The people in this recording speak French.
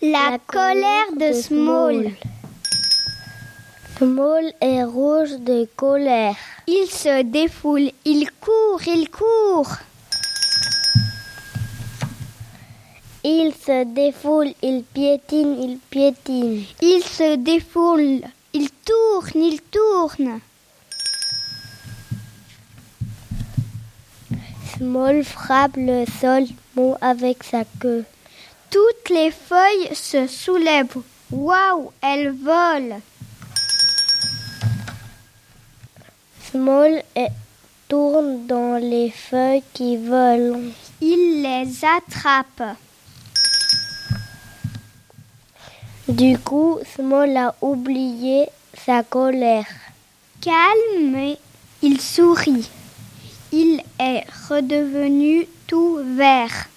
La colère de Small. Small est rouge de colère. Il se défoule, il court, il court. Il se défoule, il piétine, il piétine. Il se défoule, il tourne, il tourne. Small frappe le sol mou avec sa queue. Toutes les feuilles se soulèvent. Waouh, elles volent. Small est- tourne dans les feuilles qui volent. Il les attrape. Du coup, Small a oublié sa colère. Calme, il sourit. Il est redevenu tout vert.